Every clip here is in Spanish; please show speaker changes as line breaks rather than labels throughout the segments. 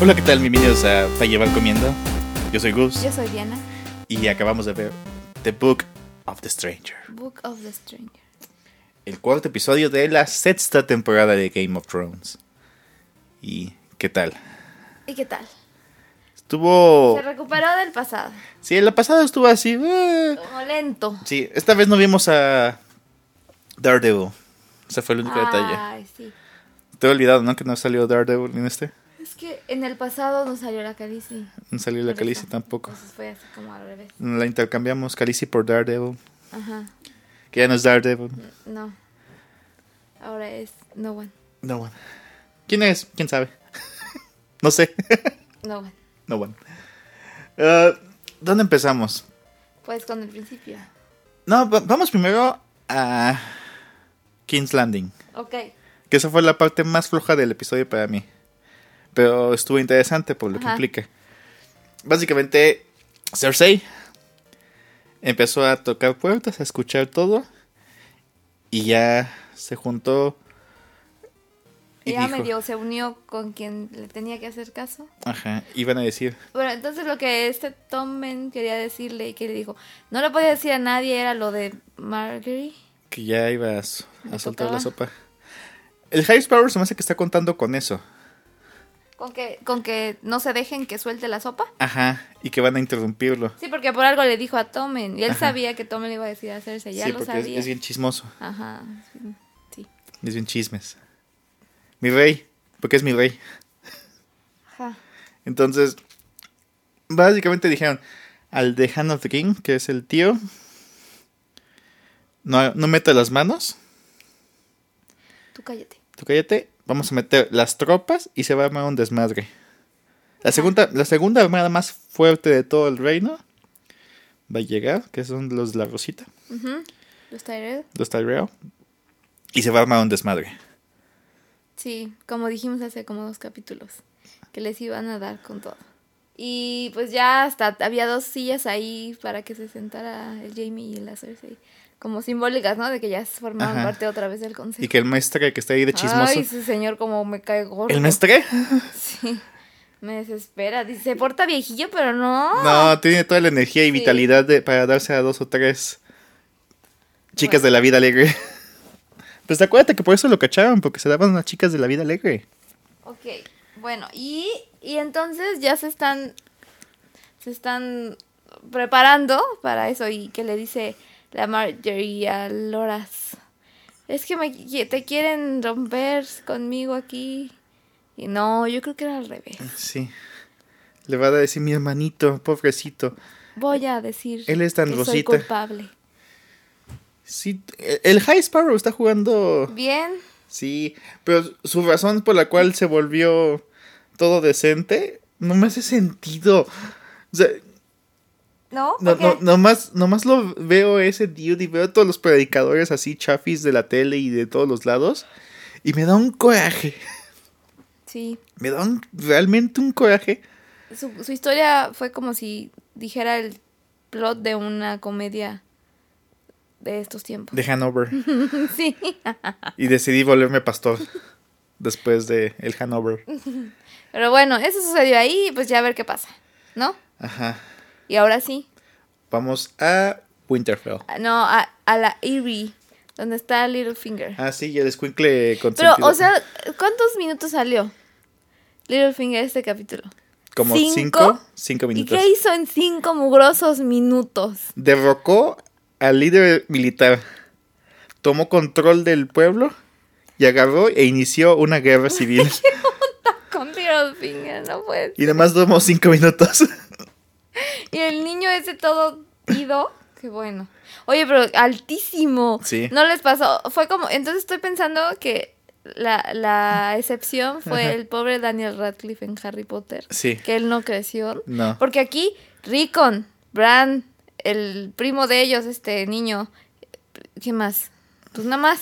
Hola, ¿qué tal? Bienvenidos a Para Llevar Comiendo. Yo soy Gus
Yo soy Diana,
y acabamos de ver The Book of the Stranger,
Book of the Stranger.
el cuarto episodio de la sexta temporada de Game of Thrones. ¿Y qué tal?
¿Y qué tal?
Estuvo...
Se recuperó del pasado,
Sí, la pasada estuvo así... eh.
como lento.
Sí, esta vez no vimos a Daredevil. Ese fue el único
Ah.
detalle.
Ay, sí.
Te he olvidado, ¿no? Que no salió Daredevil en este.
Es que en el pasado no salió la Calici.
No salió la Calici tampoco.
Entonces fue así como al revés.
La intercambiamos Calici por Daredevil.
Ajá,
Que ya no es Daredevil.
no. Ahora es No One,
No one. ¿Quién es? ¿Quién sabe? no sé.
No One.
no one. Eh, ¿Dónde empezamos?
Pues con el principio.
No, va- vamos primero a King's Landing.
Ok,
Que esa fue la parte más floja del episodio para mí. Pero estuvo interesante por lo que
Ajá.
implica. Básicamente, Cersei empezó a tocar puertas, a escuchar todo. Y ya se juntó. y
ella
dijo-
medio se unió con quien le tenía que hacer caso.
Ajá, iban a decir.
Bueno, entonces lo que este Tommen quería decirle y que le dijo, no le podía decir a nadie era lo de Marguerite.
que ya iba a, s- a
Me
soltar
tocaba.
la sopa. El High Power se me hace que está contando con eso.
Con que, con que no se dejen que suelte la sopa.
Ajá, y que van a interrumpirlo.
Sí, porque por algo le dijo a Tomen. Y él
Ajá.
sabía que Tomen le iba a decir a hacerse. Ya
sí,
lo
porque es,
sabía.
es bien chismoso,
Ajá. sí, Sí.
es bien chismes. Mi rey, porque es mi rey.
Ajá.
Entonces, básicamente dijeron al The Hand of the King, que es el tío, no, no meta las manos,
Tú cállate.
tú cállate, vamos a meter las tropas y se va a armar un desmadre. La segunda, la segunda armada más fuerte de todo el reino va a llegar, que son los de la Rosita,
Ujú. ¿Los Tyrell?
los Tyrell, y se va a armar un desmadre.
Sí, como dijimos hace como dos capítulos. Que les iban a dar con todo. Y pues ya hasta había dos sillas ahí para que se sentara el Jamie y la Cersei. Como simbólicas, ¿no? De que ya formaban
Ajá.
parte otra vez del consejo.
Y que el maestre que está ahí de chismoso...
Ay, ese señor como me cae gordo.
¿El maestre?
Sí, me desespera. Dice, se porta viejillo, pero no.
No, tiene toda la energía y
Ah. Sí.
vitalidad de- para darse a dos o tres chicas de la vida alegre. Pues acuérdate que por eso lo cacharon, porque se daban a chicas de la vida alegre.
Ok, bueno, y, y entonces ya se están, se están preparando para eso y que le dice la Marjorie a Loras. Es que me, qui- te quieren romper conmigo aquí. Y no, yo creo que era al revés.
Sí. Le va a decir mi hermanito, pobrecito.
Voy a decir
Él es tan
que soy
rosita.
culpable.
Sí, e-, el High Sparrow está jugando.
Bien,
Sí, pero su razón por la cual se volvió todo decente no me hace sentido. O sea,
¿no?
No,
¿Por
no,
qué?
nomás, nomás lo veo ese dude y veo todos los predicadores así chafis de la tele y de todos los lados. Y me da un coraje.
Sí.
Me da un- realmente un coraje.
su, su historia fue como si dijera el plot de una comedia de estos tiempos.
De Hanover.
Sí.
Y decidí volverme pastor. Después de el Hanover.
Pero bueno, eso sucedió ahí, pues ya a ver qué pasa, ¿no?
Ajá.
Y ahora sí,
Vamos a Winterfell.
a- no, a, a la Erie, donde está Littlefinger.
Ah, sí, y el escuincle con
Pero,
sentido-
o sea, ¿cuántos minutos salió Littlefinger este capítulo?
como
cinco.
cinco, cinco minutos.
¿Y qué hizo en cinco mugrosos minutos?
derrocó al líder militar, tomó control del pueblo y agarró e inició una guerra civil.
Con Littlefinger, no puede.
y nada más tomó cinco minutos.
Y el niño ese todo ido. Qué bueno. Oye, pero altísimo.
Sí.
No les pasó. Fue como. Entonces estoy pensando que la, la excepción fue
Ajá.
el pobre Daniel Radcliffe en Harry Potter.
Sí.
Que él no creció.
No.
Porque aquí, Rickon, Bran, el primo de ellos, este niño. ¿Qué más? Pues nada más.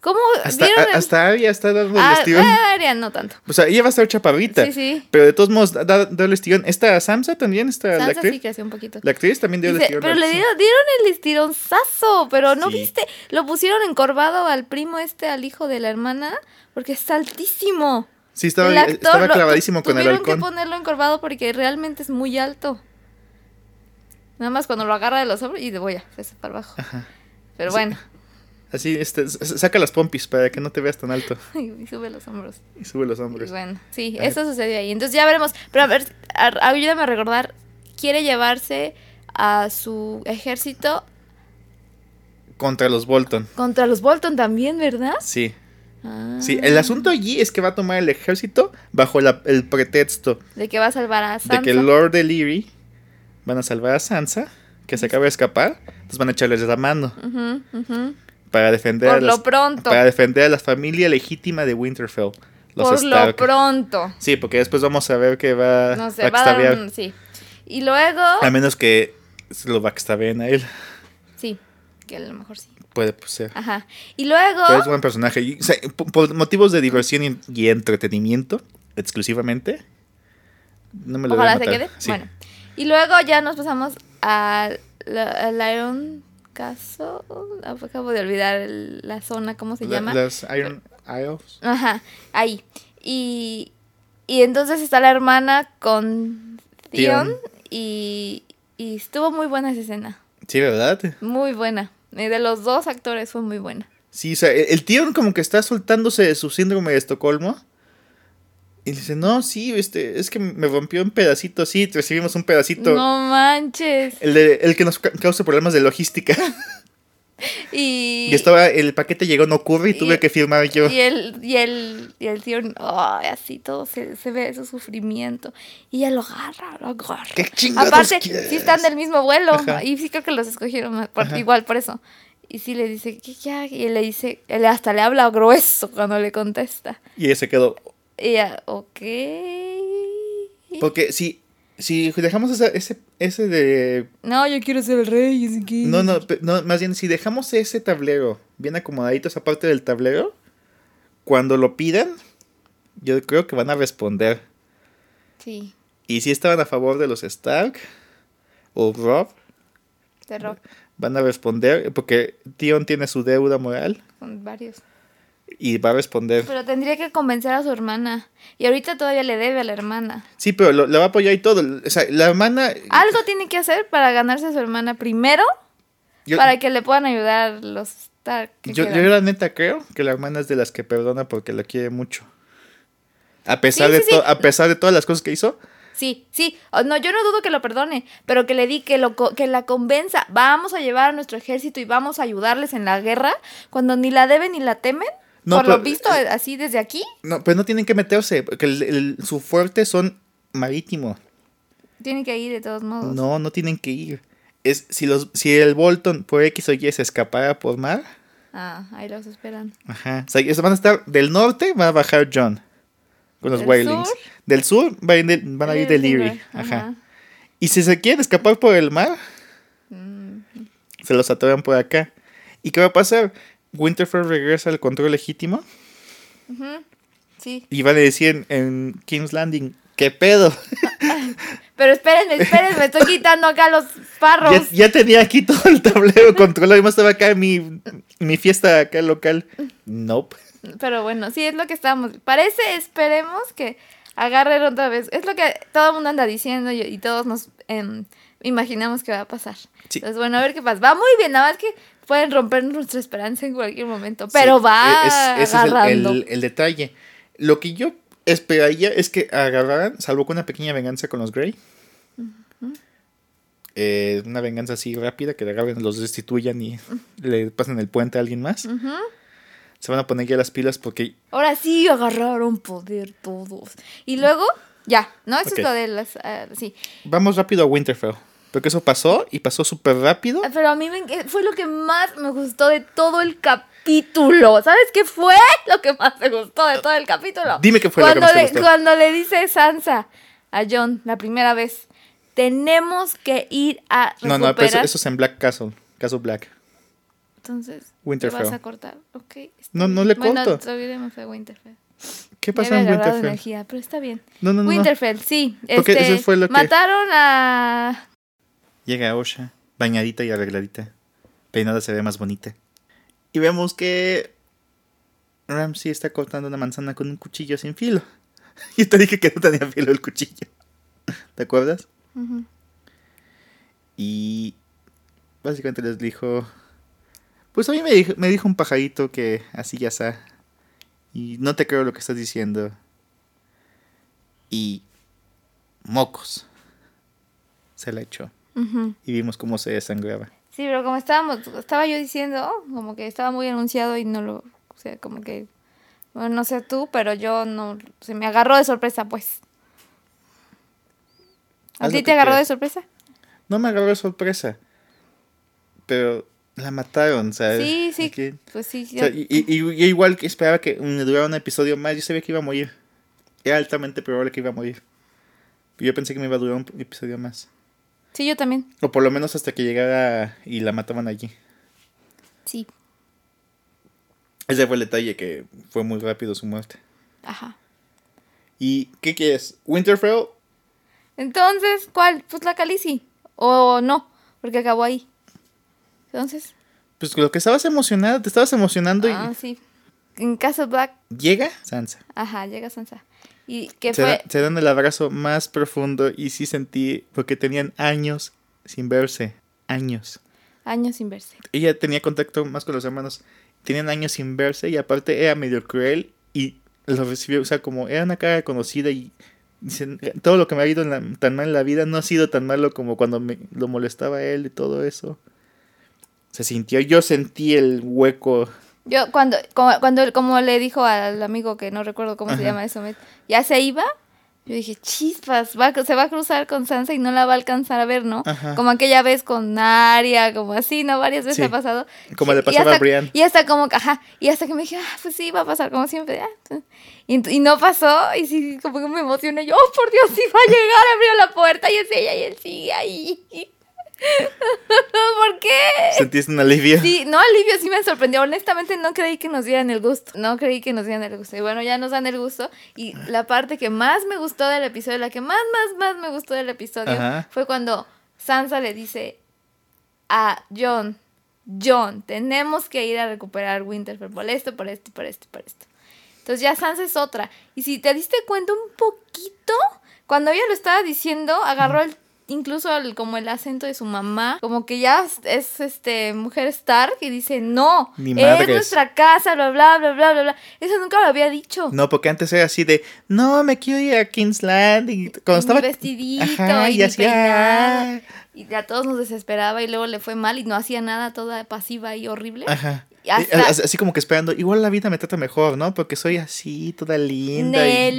¿Cómo
Hasta,
vieron? el-
a- hasta Arya está dando
Ah,
el estirón.
ah, Arian, no tanto.
O sea, ella va a estar chaparrita.
Sí, sí.
Pero de todos modos, da, da- da el estirón. Esta Samsa también, esta la
Sansa
actriz.
sí creció un poquito.
La actriz también dio el
Dice,
estirón.
pero
a-
le dieron, dieron el estironzazo, pero no
Sí.
viste, lo pusieron encorvado al primo este, al hijo de la hermana, porque es altísimo.
Sí, estaba,
el actor
estaba
lo-
clavadísimo
tu-
con el
tuvieron
halcón.
que ponerlo encorvado porque realmente es muy alto. Nada más cuando lo agarra de los hombros y de voy a, pues, para abajo. Pero
Sí.
bueno,
Así, este, s- s- saca las pompis para que no te veas tan alto.
y sube los hombros.
Y sube los
Y
hombros.
bueno, sí,
Ay.
eso sucedió ahí. Entonces ya veremos. Pero a ver, a- ayúdame a recordar. Quiere llevarse a su ejército
Contra los Bolton.
contra los Bolton también, ¿verdad?
Sí.
Ah.
Sí, el asunto allí es que va a tomar el ejército bajo la- el pretexto
De que va a salvar a Sansa.
de que Lord Deliri van a salvar a Sansa, que se acaba de escapar. Entonces van a echarles la mano
Ujú, ujú.
para defender, a
Por
las,
lo pronto.
para defender a la familia legítima de Winterfell. Los
Por lo
Stark.
pronto.
Sí, porque después vamos a ver que Ah. va
No
va
sé,
a
va a dar
extraviar.
un- Sí. Y luego...
A menos que se lo backstaben a él.
Sí, que a lo mejor sí.
Puede pues, ser.
Ajá. Y luego...
Pero es buen personaje. Y, o sea, po- por motivos de diversión y, y entretenimiento, exclusivamente. No me lo
Ojalá
voy
se
a matar.
quede.
Sí.
Bueno. Y luego ya nos pasamos al al Iron Caso. Acabo de olvidar el- la zona, ¿cómo se
La-
llama?
Las Iron Isles.
Ajá, ahí. Y, y entonces está la hermana con Theon.
Theon.
Y, y estuvo muy buena esa escena.
Sí, ¿verdad?
Muy buena. Eh, De los dos actores fue muy buena.
Sí, o sea, e, el, el tío como que está soltándose de su síndrome de Estocolmo. Y dice, no, sí, este, es que me rompió un pedacito, sí, recibimos un pedacito.
No manches.
El, de- el que nos ca- causa problemas de logística.
Y,
Y estaba, el paquete llegó, no ocurre y
y-
tuve que firmar yo.
y el, y el, y el Theon, ay, así todo se, se ve su sufrimiento. Y ella lo agarra, lo agarra.
¿Qué chingados
Aparte,
quieres?
sí están del mismo vuelo.
Ajá.
Y sí creo que los escogieron más por-
Ajá.
igual por eso. Y sí le dice, ¿qué, qué hay?" Y le dice, él hasta le habla grueso cuando le contesta.
Y ella se quedó.
Y ella, ok.
Porque si, si dejamos esa- ese, ese de...
No, yo quiero ser el rey. y sé qué.
No, no, pe- no, más bien, si dejamos ese tablero bien acomodadito, esa parte del tablero, cuando lo pidan, yo creo que van a responder.
Sí,
Y si estaban a favor de los Stark o Rob,
de rock
van a responder porque Tion tiene su deuda moral
con varios.
y va a responder.
Pero tendría que convencer a su hermana. Y ahorita todavía le debe a la hermana.
Sí, pero lo- la va a apoyar y todo. O sea, la hermana...
Algo tiene que hacer para ganarse a su hermana primero,
yo-
para que le puedan ayudar los Stark. que
Yo,
quedan.
yo la neta creo que la hermana es de las que perdona porque la quiere mucho. A pesar,
Sí,
de
sí,
to-
sí.
a pesar de todas las cosas que hizo.
Sí, sí. O- No, yo no dudo que lo perdone, pero que le di que, lo, co- que la convenza. Vamos a llevar a nuestro ejército y vamos a ayudarles en la guerra cuando ni la deben ni la temen.
No,
por lo
pero- eh,
visto, así desde aquí.
No, pero no tienen que meterse, porque el- el- su fuerte son marítimo.
Tienen que ir de todos modos.
No, no tienen que ir. Es, si, los, si el Bolton por X o Y se escapara por mar,
Ah, ahí los esperan.
ajá. O sea, ellos van a estar del norte, va a bajar John con los
¿Del
Wildlings.
sur? Eh,
Del sur van a ir, de- van a ir del Erie, ajá. Y si se quieren escapar por el mar,
Mm,
se los atoran por acá. ¿Y qué va a pasar? Winterfell regresa al control legítimo
sí.
y van a decir en, en King's Landing, ¿qué pedo?
Pero espérenme, espérenme, estoy quitando acá los parros.
Ya, ya tenía aquí todo el tablero controlado, además estaba acá mi, mi fiesta acá local. Nope.
Pero bueno, sí es lo que estábamos. Parece, esperemos que agarren otra vez. Es lo que todo el mundo anda diciendo y, y todos nos em, imaginamos que va a pasar.
Sí.
Entonces, bueno, a ver qué pasa. Va muy bien, nada más que pueden romper nuestra esperanza en cualquier momento. Pero
Sí, e-,
va
es- ese es el-
agarrando.
el, el detalle. Lo que yo esperaría es que agarraran, salvo con una pequeña venganza con los Grey. Eh, una venganza así rápida, que agarren, los destituyan y le pasen el puente a alguien más.
Ujú.
Se van a poner ya las pilas porque
Ahora sí agarraron poder todos. Y luego, ya, ¿no? Eso
Ok.
es lo de las... ah, sí.
vamos rápido a Winterfell. Porque eso pasó y pasó súper rápido.
Ah, Pero a mí me enc- fue lo que más me gustó de todo el capítulo. ¿Sabes qué fue lo que más me gustó de todo el capítulo?
Dime qué fue lo que
cuando
más te
le,
gustó.
Cuando le dice Sansa a John la primera vez, tenemos que ir a
No,
recuperar.
no, pero eso, eso es en Black Castle. Castle Black.
Entonces, ¿te
Winterfell.
vas a cortar? Ok. está
No,
bien.
no le
Bueno,
corto.
seguiremos a Winterfell.
¿Qué
Ya
pasó
había
en
agarrado
Winterfell?
energía, pero está bien.
No, no, no, no.
Winterfell, sí.
Porque
este,
eso fue lo que-
Mataron a...
Llega Osha, bañadita y arregladita. Peinada se ve más bonita. Y vemos que Ramsey está cortando una manzana con un cuchillo sin filo. Yo te dije que no tenía filo el cuchillo. ¿Te acuerdas?
Ujú.
Y básicamente les dijo, pues a mí me dijo, me dijo un pajarito que así ya está. Y no te creo lo que estás diciendo. Y mocos. Se la echó.
Ujú.
Y vimos cómo se desangraba.
Sí, pero como estábamos, estaba yo diciendo, como que estaba muy anunciado y no lo, o sea, como que, bueno, no sé tú, pero yo no, se me agarró de sorpresa, pues. ¿A
Haz lo
ti
que
te agarró de
quieras.
sorpresa?
No me agarró de sorpresa. Pero la mataron, ¿sabes?
Sí, sí,
Aquí.
pues sí.
O sea,
yo-
y, y- y yo igual que esperaba que mm, durara un episodio más, yo sabía que iba a morir. Era altamente probable que iba a morir. Yo pensé que me iba a durar un episodio más.
sí, yo también.
O por lo menos hasta que llegara y la mataban allí.
Sí.
Ese fue el detalle que fue muy rápido su muerte.
Ajá.
¿Y qué quieres? ¿Winterfell?
Entonces, ¿cuál? Pues la Calici. O no, porque acabó ahí. Entonces,
Pues con lo que estabas emocionado, te estabas emocionando
ah, sí. En Castle Black,
y llega Sansa.
ajá, llega Sansa. Y que
Se, da-
fue,
se dan el abrazo más profundo y sí sentí, porque tenían años sin verse. Años.
años sin verse.
ella tenía contacto más con los hermanos. Tenían años sin verse y aparte era medio cruel y lo recibió, o sea, como era una cara conocida y dicen, todo lo que me ha ido en la- tan mal en la vida no ha sido tan malo como cuando me, lo molestaba él y todo eso. Se sintió, yo sentí el hueco.
Yo cuando, como, cuando él- como le dijo al amigo que no recuerdo cómo se
Ajá.
llama eso, me- ya se iba, yo dije, chispas, va, a cru- se va a cruzar con Sansa y no la va a alcanzar a ver, ¿no?
Ajá.
Como aquella vez con Arya, como así, ¿no? Varias veces
Sí.
ha pasado.
Como
Y-
le
y
pasaba a
hasta-
Brian.
Y hasta como, que- ajá, y hasta que me dije, ah, pues sí, va a pasar como siempre. ah, pues. Y, ent- y no pasó, y sí, como que me emocioné, yo, oh, por Dios, sí va a llegar, abrió la puerta y es ella y él sigue ahí. ¿Por qué?
Sentiste un alivio.
Sí, no, alivio, sí me sorprendió. Honestamente, no creí que nos dieran el gusto. No creí que nos dieran el gusto. Y bueno, ya nos dan el gusto. Y la parte que más me gustó del episodio, la que más, más, más me gustó del episodio,
Ajá.
fue cuando Sansa le dice a John, John, tenemos que ir a recuperar Winterfell por esto, por esto, por esto, por esto. Entonces ya Sansa es otra. Y si te diste cuenta un poquito, cuando ella lo estaba diciendo, agarró el, incluso el, como el acento de su mamá, como que ya es, es, este mujer Stark y dice, no,
Ni
es
madres.
nuestra casa, bla, bla, bla, bla, bla, bla. Eso nunca lo había dicho.
No, porque antes era así de, no, me quiero ir a King's Landing. Y Cuando
Mi
estaba...
vestidito
Ajá,
y,
y
mi
así, ah.
peinado. Y a todos nos desesperaba y luego le fue mal y no hacía nada, toda pasiva y horrible.
Ajá.
Y hasta-
Así, así como que esperando, igual la vida me trata mejor, ¿no? Porque soy así, toda linda.
Nel.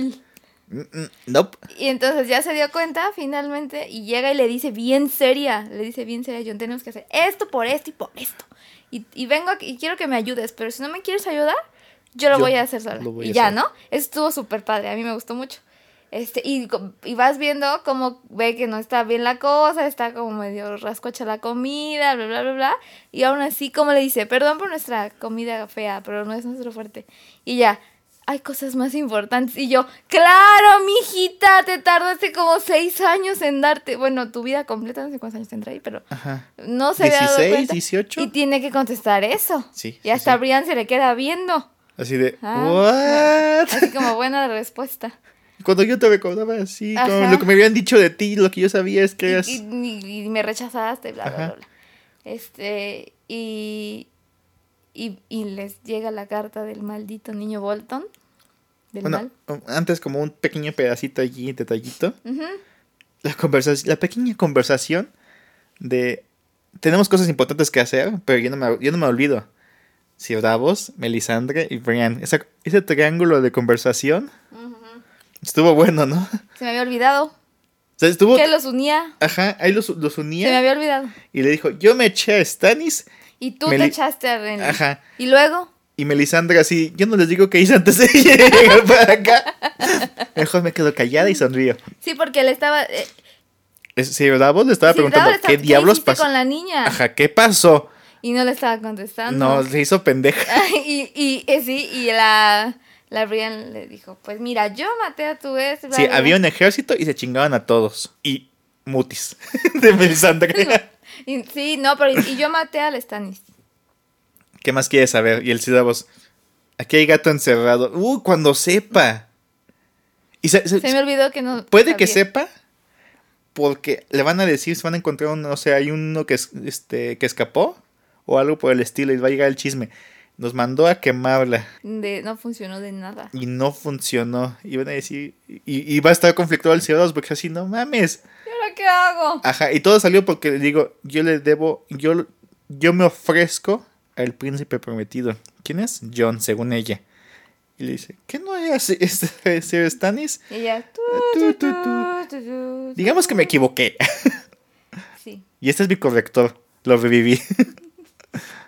Y... Mm, mm, Nope.
Y entonces ya se dio cuenta finalmente y llega y le dice bien seria, le dice bien seria, John, tenemos que hacer esto por esto y por esto. Y, y vengo aquí y quiero que me ayudes, pero si no me quieres ayudar, yo lo
Yo
voy a hacer sola.
lo voy
Y
a
ya,
hacer.
¿no? Eso estuvo súper padre, a mí me gustó mucho. Este, y, co- y vas viendo cómo ve que no está bien la cosa, está como medio rascocha la comida, bla, bla, bla, bla. Y aún así, como le dice, perdón por nuestra comida fea, pero no es nuestro fuerte. Y ya, hay cosas más importantes. Y yo, claro, mijita, te tardaste como seis años en darte. Bueno, tu vida completa, no sé cuántos años tendrá ahí, pero
Ajá.
no se había dado
16,
cuenta.
18.
Y tiene que contestar eso.
Sí,
Y
sí,
hasta
sí.
Brian se le queda viendo.
Así de,
Ah,
¿what?
Así como buena respuesta.
Cuando yo te recordaba así, como
Ajá.
lo que me habían dicho de ti, lo que yo sabía es que
y,
eras.
y- y- y me rechazaste, bla, bla,
Ajá.
bla, bla. Este, y, y, y les llega la carta del maldito niño Bolton. Del
Bueno, um,
mal.
antes como un pequeño pedacito allí, detallito.
Ujú.
La, conversación, la pequeña conversación de. Tenemos cosas importantes que hacer, pero yo no me, yo no me olvido. Si Davos, Melisandre y Brian. Esa- ese triángulo de conversación estuvo bueno, ¿no?
Se me había olvidado.
O sea, estuvo.
Que los unía.
Ajá, ahí los, los
Se me
unía
había olvidado.
y le dijo, yo me eché a Stannis
Y tú te
Meli-
echaste a Renly.
Ajá.
Y luego,
y Melisandre así, yo no les digo qué hice antes de llegar para acá. Mejor me quedo callada y sonrío.
sí, porque le estaba. eh,
Es- Sí, Davos le estaba
sí,
preguntando,
le estaba-
¿qué diablos
hiciste
pasó?
con la niña?
Ajá, ¿qué pasó?
Y no le estaba contestando.
No, se hizo pendeja.
y, y, eh, sí, y la, la Brian le dijo: Pues mira, yo maté a tu ex. bla,
Sí,
bla,
había
bla".
un ejército y se chingaban a todos. Y mutis de Melisandre.
Y- sí, no, pero. Y, y yo maté al Stannis.
¿Qué más quieres saber? Y el sí Davos, aquí hay gato encerrado. Uh, cuando sepa. Y se- se-
Se me olvidó que no.
puede que
sabía.
sepa, porque le van a decir, se van a encontrar un, no sé, hay uno que, es- este, que escapó o algo por el estilo y va a llegar el chisme. Nos mandó a quemarla
De- no funcionó de nada.
y no funcionó. Y van a decir, y, y va a estar conflictuado el CO2 porque así, no mames.
¿Y ahora qué hago?
Ajá, y todo salió porque digo, yo le debo, yo, yo me ofrezco al príncipe prometido. ¿Quién es? John, según ella. Y le dice, ¿qué no era Sir Sir Stannis?
Y ella. tu,
Tu,
tu,
tu,
tu, tu, tu,
Digamos que me equivoqué.
Sí.
Y este es mi corrector. Lo reviví.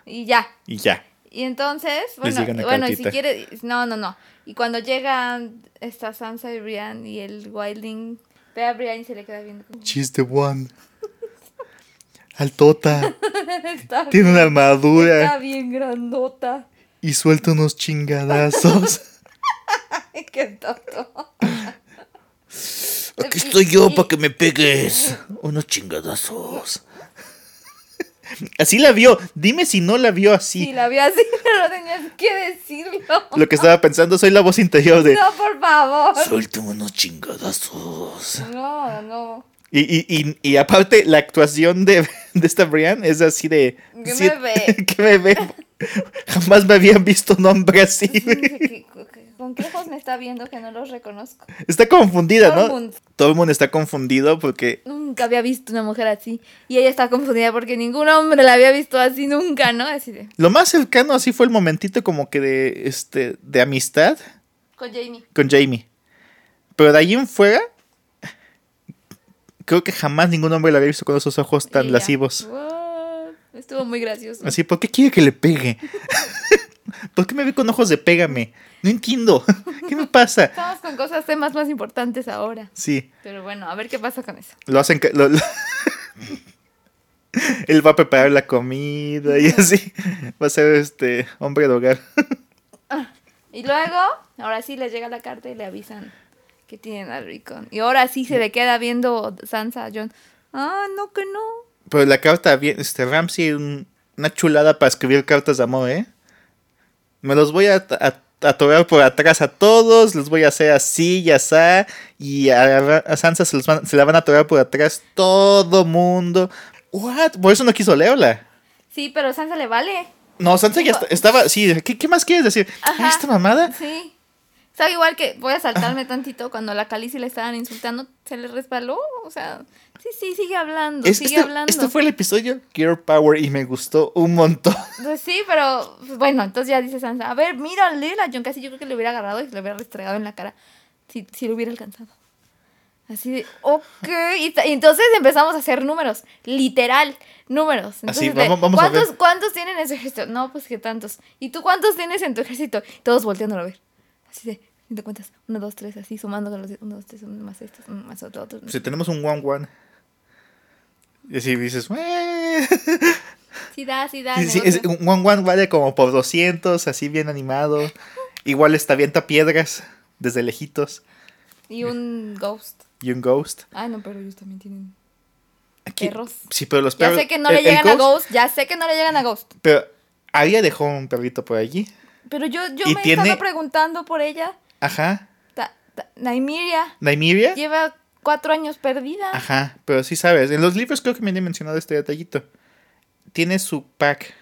Y ya.
Y ya.
Y entonces, bueno,
llega una
bueno y si
cartita.
quieres, no, no, no. Y cuando llegan esta Sansa y Brian y el Wilding, ve a Brian y se le queda viendo como,
She's the one. Altota.
está,
Tiene una
está
armadura.
bien grandota.
Y suelta unos chingadazos.
Ay, Qué tonto.
Aquí estoy yo para que me pegues. Unos chingadazos. Así la vio. Dime si no la vio así.
Y la vi así, pero tenías que decirlo.
Lo que estaba pensando, soy la voz interior de.
No, por favor.
Suelta unos chingadazos.
No, no.
Y, y, y, y aparte, la actuación de, de esta Brian es así de.
¿Qué
sí,
me ve?
¿qué me ve? Jamás me habían visto un hombre así.
Dice que- que- ¿Con qué ojos me está viendo que no los reconozco?
Está confundida,
Todo el
¿no?
mundo.
Todo el mundo está confundido porque.
Nunca había visto una mujer así. Y ella está confundida porque ningún hombre la había visto así nunca, ¿no? Así de.
Lo más cercano así fue el momentito como que de, este, de amistad
Con Jamie.
con Jamie. Pero de ahí en fuera. Creo que jamás ningún hombre la había visto con esos ojos
Y
tan
ya.
lascivos.
What? Estuvo muy gracioso.
Así, ¿por qué quiere que le pegue? ¿Por qué me ve con ojos de pégame? No entiendo. ¿Qué me pasa?
Estamos con cosas, temas más importantes ahora.
Sí,
Pero bueno, a ver qué pasa con eso.
lo hacen. ca- lo- lo- Él va a preparar la comida y así. Va a ser este hombre de hogar.
Y luego, ahora sí le llega la carta y le avisan que tienen al Ricon. Y ahora sí se le queda viendo Sansa a John. Ah, no, que no.
Pero pues, la carta, bien, este Ramsey, un- una chulada para escribir cartas de amor, ¿eh? Me los voy a, a- a atorar por atrás a todos, los voy a hacer así y así, y a, Ra- a Sansa se, los van- se la van a atorar por atrás todo mundo. ¿What? Por eso no quiso leerla.
Sí, pero Sansa le vale.
No, Sansa ya est- estaba, sí, ¿qué, qué más quieres decir? Ah,
Ajá.
¿Esta mamada?
Sí. O sea, igual que voy a saltarme tantito cuando a la Calici le estaban insultando, se le resbaló. O sea, sí, sí, sigue hablando,
Es-
sigue
este,
hablando.
este fue el episodio Girl Power y me gustó un montón.
Pues sí, pero pues, bueno, entonces ya dice Sansa, a ver, mira, léela, John Casi, yo creo que le hubiera agarrado y se le hubiera restregado en la cara si, si lo hubiera alcanzado. Así de, ok, y, ta- y entonces empezamos a hacer números, literal, números.
Así,
Entonces, de,
vamos- vamos a
¿cuántos,
ver.
¿Cuántos tienen en su ejército? No, pues que tantos. ¿Y tú cuántos tienes en tu ejército? Todos volteándolo a ver. Así de, y te cuentas, uno, dos, tres, así, sumando con los dedos, uno, dos, tres, uno más estos, uno más otro, otro.
Si tenemos un one-one. Y así dices, "Ué".
Sí, da, sí, da.
Sí, sí, es-
negocio.
un one one vale como por 200, así bien animado. Igual está avienta piedras desde lejitos.
Y un ghost.
Y un ghost.
Ay, no, pero ellos también tienen
Aquí-
Perros.
Sí, pero los
Ya
perros.
sé que no
el-
le
el
llegan a Ghost, ya sé que no le llegan a Ghost.
Pero había dejó un perrito por allí.
Pero yo, yo
Y
me
tiene-
estaba preguntando por ella.
Ajá.
Ta- ta- Naimiria
Naimiria.
lleva cuatro años perdida.
Ajá. Pero sí sabes. En los libros creo que me han mencionado este detallito. Tiene su pack.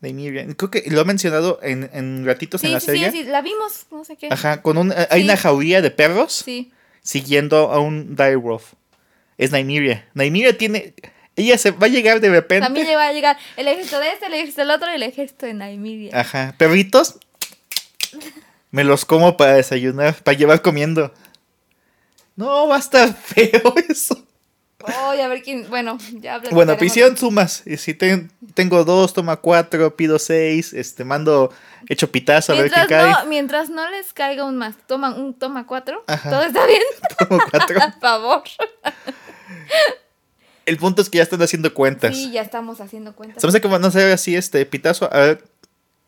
Naimiria. Creo que lo ha mencionado en, en ratitos en
sí,
la
sí,
serie.
sí, sí, la vimos, no sé qué.
Ajá. Con un, eh, hay
Sí.
una jauría de perros.
Sí,
siguiendo a un Direwolf. Es Nymeria. Nymeria tiene. Ella se va a llegar de repente.
también le va a llegar el ejército de este, el ejército del otro y el ejército de Naimiria.
Ajá. Perritos. Me los como para desayunar, para llevar comiendo. No, va a estar feo eso.
Ay, a ver quién, bueno, ya hablaremos.
Bueno, hicieron sumas. Y si ten- tengo dos, toma cuatro, pido seis, este, mando hecho pitazo a ver qué
Mientras
cae.
no, mientras no les caiga un más, toman un toma cuatro,
Ajá.
todo está bien,
Tomo cuatro.
a favor.
El punto es que ya están haciendo cuentas.
Sí, ya estamos haciendo cuentas.
Se me hace que van a hacer así, este, pitazo, a ver,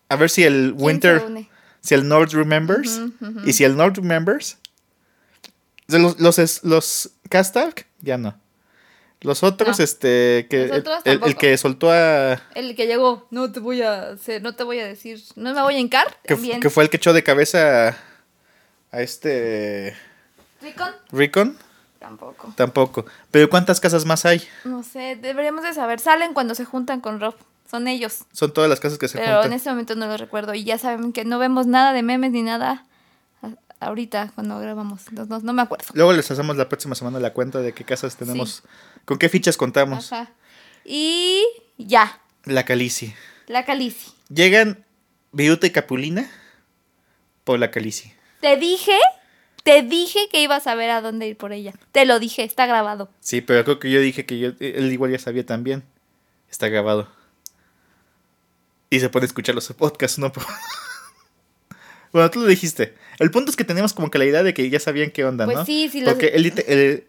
a ver si el
¿Quién
Winter.
se une?
si el North remembers.
Ujú, ujú.
Y si el North remembers. de Los, los, es- los Castark, ya no. Los otros,
No.
este. Que,
Los otros
el, el- el
tampoco.
que soltó a.
El que llegó, no te voy a hacer, no te voy a decir, no me voy a hincar.
Que,
también.
que fue el que echó de cabeza a, a este
Ricon,
Ricon,
tampoco.
tampoco. Pero ¿cuántas casas más hay?
No sé, deberíamos de saber. Salen cuando se juntan con Rob. Son ellos.
Son todas las casas que se
Pero en
juntan.
este momento no los recuerdo. Y ya saben que no vemos nada de memes ni nada a- ahorita cuando grabamos. Entonces, no, no me acuerdo.
Luego les hacemos la próxima semana la cuenta de qué casas tenemos, con qué fichas contamos.
Ajá. Y ya.
La Calici.
La Calici.
Llegan Viruta y Capulina por la Calici.
Te dije, te dije que ibas a ver a dónde ir por ella. Te lo dije, está grabado.
Sí, pero creo que yo dije que yo, él igual ya sabía también. Está grabado. Y se puede escuchar los podcasts, ¿no? bueno, tú lo dijiste. El punto es que tenemos como que la idea de que ya sabían qué onda,
Pues
¿no?
sí, sí lo-
Porque él, ya te- él-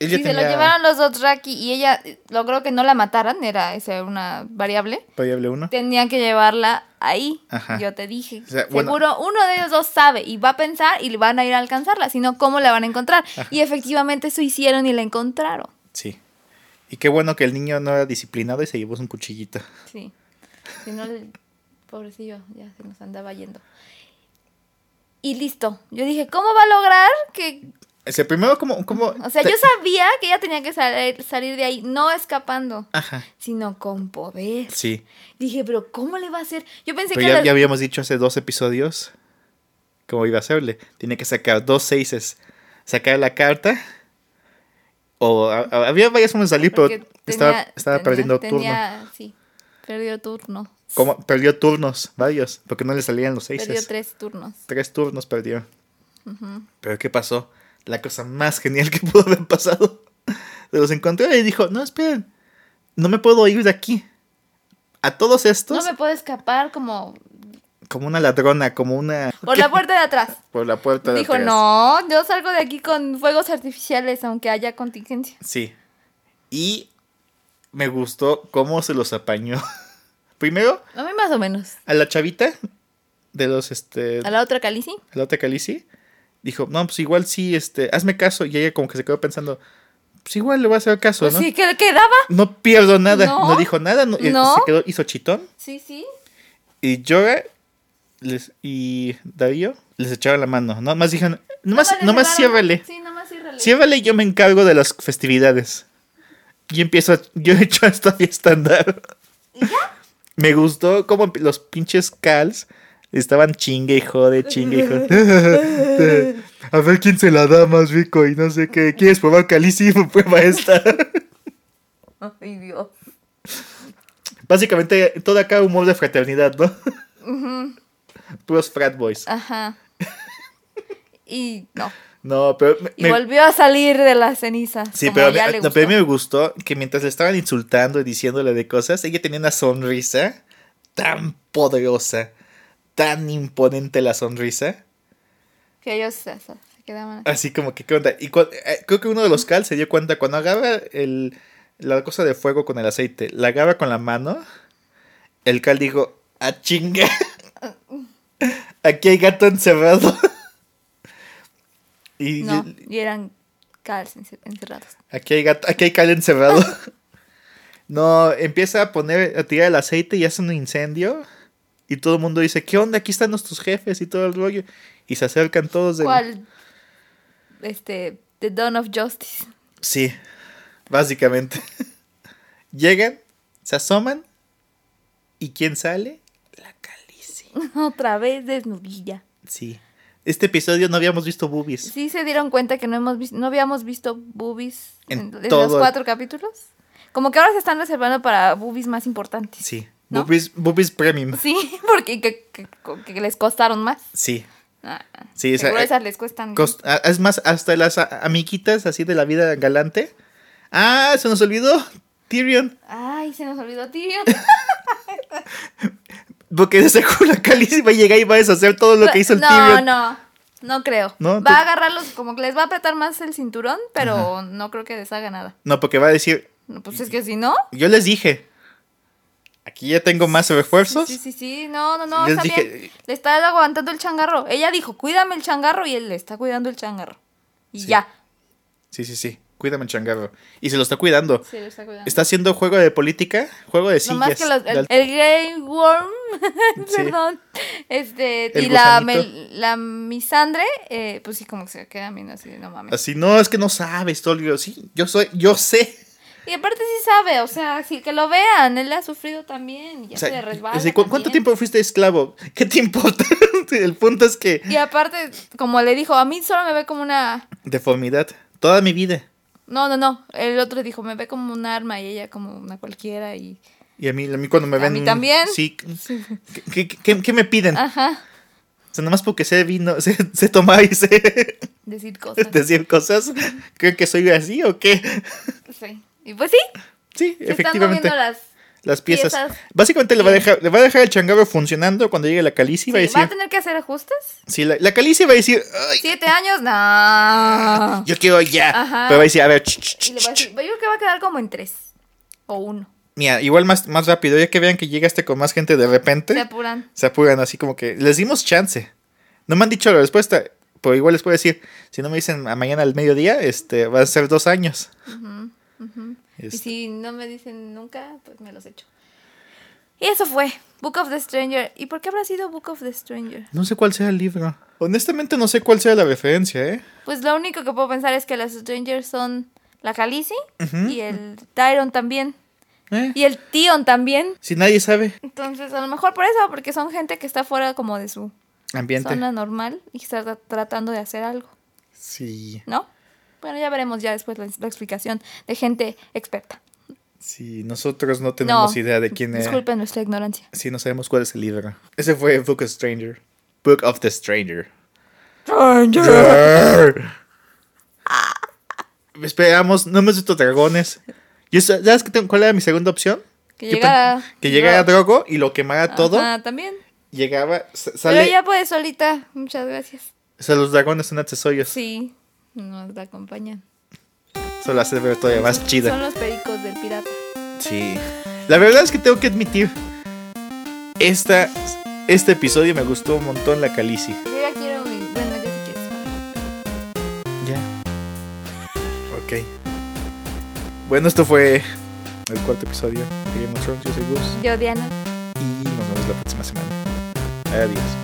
él ya
si se
tenía
lo llevaron los dos Raki y ella eh, logró que no la mataran, era esa una variable.
variable uno.
Tenían que llevarla ahí.
Ajá.
Yo te dije.
O sea, bueno.
Seguro uno de ellos dos sabe y va a pensar y van a ir a alcanzarla, sino cómo la van a encontrar. Y efectivamente eso hicieron y la encontraron.
Sí. Y qué bueno que el niño no era disciplinado y se llevó un cuchillito.
Sí. Si no, el pobrecillo ya se nos andaba yendo. Y listo. Yo dije, ¿cómo va a lograr que
O sea, primero como... como
O sea,
te-
yo sabía que ella tenía que salir, salir de ahí, no escapando,
Ajá.
sino con poder.
Sí.
Dije, pero ¿cómo le va a hacer? Yo pensé
Pero
que...
ya,
las-
ya habíamos dicho hace dos episodios cómo iba a hacerle. Tiene que sacar dos seises. Sacar la carta. O a- a- había varias formas de salir, pero
porque
estaba,
tenía-
estaba
tenía-
perdiendo turno.
tenía- Sí, perdió turno.
Como- Perdió turnos, varios, porque no le salían los
Perdió
seises.
tres turnos.
Tres turnos perdió. Pero ¿qué pasó? La cosa más genial que pudo haber pasado. Se los encontró y dijo, no, esperen, no me puedo ir de aquí. A todos
No
estos,
me puedo escapar como
como una ladrona, como una...
por la puerta de atrás.
Por la puerta de
Dijo,
atrás.
no, yo salgo de aquí con fuegos artificiales, aunque haya contingencia.
Sí. Y me gustó cómo se los apañó. Primero,
A mí más o menos.
a la chavita de los, este,
A la otra Calici.
a la otra Calici, dijo, no, pues igual sí, este, hazme caso. Y ella como que se quedó pensando, pues igual le voy a hacer caso,
Pues
¿no?
sí, que le quedaba.
No pierdo nada. No,
No.
dijo nada. No, y
No.
Se quedó, hizo chitón.
Sí, sí.
Y Yoga les, y Darío les echaron la mano. No más dijeron, nomás,
le
nomás
cerraron.
ciérrale.
Sí, nomás ciérrale.
Ciérrale, yo me encargo de las festividades. Yo empiezo, a- yo he hecho esta fiesta andar. Me gustó como los pinches cals estaban chingue y jode, chingue y jode. A ver quién se la da más rico y no sé qué. ¿Quieres probar calici? Prueba esta.
Ay, Dios.
Básicamente, todo acá humor de fraternidad, ¿no? Puros frat boys.
Ajá. Y no.
No, pero... me-
Y
me-
volvió a salir de las cenizas.
Sí,
como
pero a mí,
ya
a-
le
no, pero a mí
gustó.
me gustó que mientras le estaban insultando y diciéndole de cosas, ella tenía una sonrisa tan poderosa, tan imponente la sonrisa.
Que ellos se, se- se quedaban. así.
Así como que, ¿qué onda? Y cua- eh, creo que uno de los cal se dio cuenta cuando agarra el, la cosa de fuego con el aceite, la agarra con la mano, el cal dijo, ¡a chinga! Aquí hay gato encerrado. y
No, y eran cals ence- encerrados.
Aquí hay gato, aquí hay cal encerrado. no, empieza a poner, a tirar el aceite y hace un incendio. Y todo el mundo dice, ¿qué onda? Aquí están nuestros jefes y todo el rollo. Y se acercan todos del-
¿Cuál? Este, The Dawn of Justice.
Sí, básicamente. Llegan, se asoman. ¿Y quién sale? La calicia.
Otra vez desnudilla.
Sí. Este episodio no habíamos visto boobies.
Sí se dieron cuenta que no, hemos vis- no habíamos visto boobies
En
en, en
todo
los
el-
cuatro capítulos. Como que ahora se están reservando para boobies más importantes.
Sí.
¿No?
Boobies, boobies premium.
Sí, porque que, que- que les costaron más.
Sí.
Ah,
Sí, esa-
seguro esas les cuestan.
Cost- a- es más, hasta las a- amiguitas así de la vida galante. Ah, se nos olvidó. Tyrion.
Ay, se nos olvidó Tyrion.
Porque de seguro la Khaleesi va a llegar y va a deshacer todo lo que hizo el
no,
Tyrion.
No, no, creo.
No,
va
tú-
a agarrarlos, como que les va a apretar más el cinturón, pero no creo que deshaga nada.
No, porque va a decir,
No, Pues
Mm.
es que si no.
yo les dije, aquí ya tengo más refuerzos.
Sí, sí, sí, no, no, no,
Yo
está
dije-
bien. Le está aguantando el changarro. Ella dijo, cuídame el changarro y él le está cuidando el changarro. Y
Sí.
ya.
Sí, sí, sí. Cuídame, changarro. Y se lo está cuidando.
Sí, lo está cuidando.
Está haciendo juego de política, juego de Este, sillas.
Nomás que los-
de
el,
al-
el Grey Worm,
Sí.
perdón, este,
El
y la,
gusanito.
mel- la misandre, eh, pues sí, como que se queda viendo así, de, no mames.
Así, no, es que no sabes, todo. Yo, sí, yo soy, yo sé.
Y aparte sí sabe, o sea, sí que lo vean, él ha sufrido también, ya
O sea,
se resbala.
así, "¿Cu- ¿Cuánto
también".
tiempo fuiste esclavo? ¿Qué te importa? el punto es que,
Y aparte, como le dijo, a mí solo me ve como una...
deformidad, toda mi vida.
No, no, no, el otro dijo, me ve como un arma y ella como una cualquiera y...
Y a mí, a mí cuando me
A
ven.
mí también. Ah.
Sí. ¿Qué, qué- qué- qué me piden?
Ajá,
O sea, nomás porque sé vino, sé, sé tomar y sé
decir cosas.
decir cosas. ¿Creo que soy así o qué?
Sí. Y pues sí,
Sí,
se están
efectivamente.
moviendo las...
Las piezas.
piezas.
Básicamente le va, a
Sí.
dejar, le va a dejar el changarro funcionando cuando llegue la calicia y va a
Sí, ¿Va a
decir.
tener que hacer ajustes?
Sí, la, la calicia va a decir. "Ay,
¿Siete años? No.
yo quiero ya.
Ajá.
Pero va a decir, a ver, ch, ch, ch,
Y le voy a decir, yo creo que va a quedar como en tres o uno.
Mira, igual más, más rápido, ya que vean que llegaste con más gente de repente,
Se apuran.
se apuran así como que les dimos chance. No me han dicho la respuesta, pero igual les puedo decir, si no me dicen a mañana al mediodía, este, va a ser dos años.
Y
Este,
si no me dicen nunca, pues me los echo. Y eso fue Book of the Stranger. ¿Y por qué habrá sido Book of the Stranger?
No sé cuál sea el libro. Honestamente no sé cuál sea la referencia, ¿eh?
Pues lo único que puedo pensar es que los Strangers son la Khaleesi y el Tyron también.
¿Eh?
Y el Tion también.
Si nadie sabe,
Entonces, a lo mejor por eso, porque son gente que está fuera como de su
ambiente.
zona normal y que está tra- tratando de hacer algo,
Sí,
¿no? Bueno, ya veremos ya después la, la explicación de gente experta.
sí, nosotros no tenemos
No,
idea de quién es.
Disculpen nuestra ignorancia.
Sí, no sabemos cuál es el libro. Ese fue Book of Stranger. Book of the Stranger. Esperamos, no hemos visto dragones. Yo, sa- ¿Sabes qué tengo- cuál era mi segunda opción?
Que
pen-
llegara-
que llegara Drogo y lo quemara todo.
Ah, también.
Llegaba, sa-
Pero
sale.
ya puedes solita. Muchas gracias.
O sea, los dragones son accesorios.
Sí, nos acompañan.
Solo hace ver todavía más chida.
Son los pericos del pirata.
Sí. La verdad es que tengo que admitir. Esta, este episodio me gustó un montón la Calici.
Yo ya quiero mi... Bueno, ya si quieres. bueno.
Ya. Ok. Bueno, esto fue el cuarto episodio de Game of Thrones. Yo soy Gus.
Yo, Diana.
Y nos vemos la próxima semana. Adiós.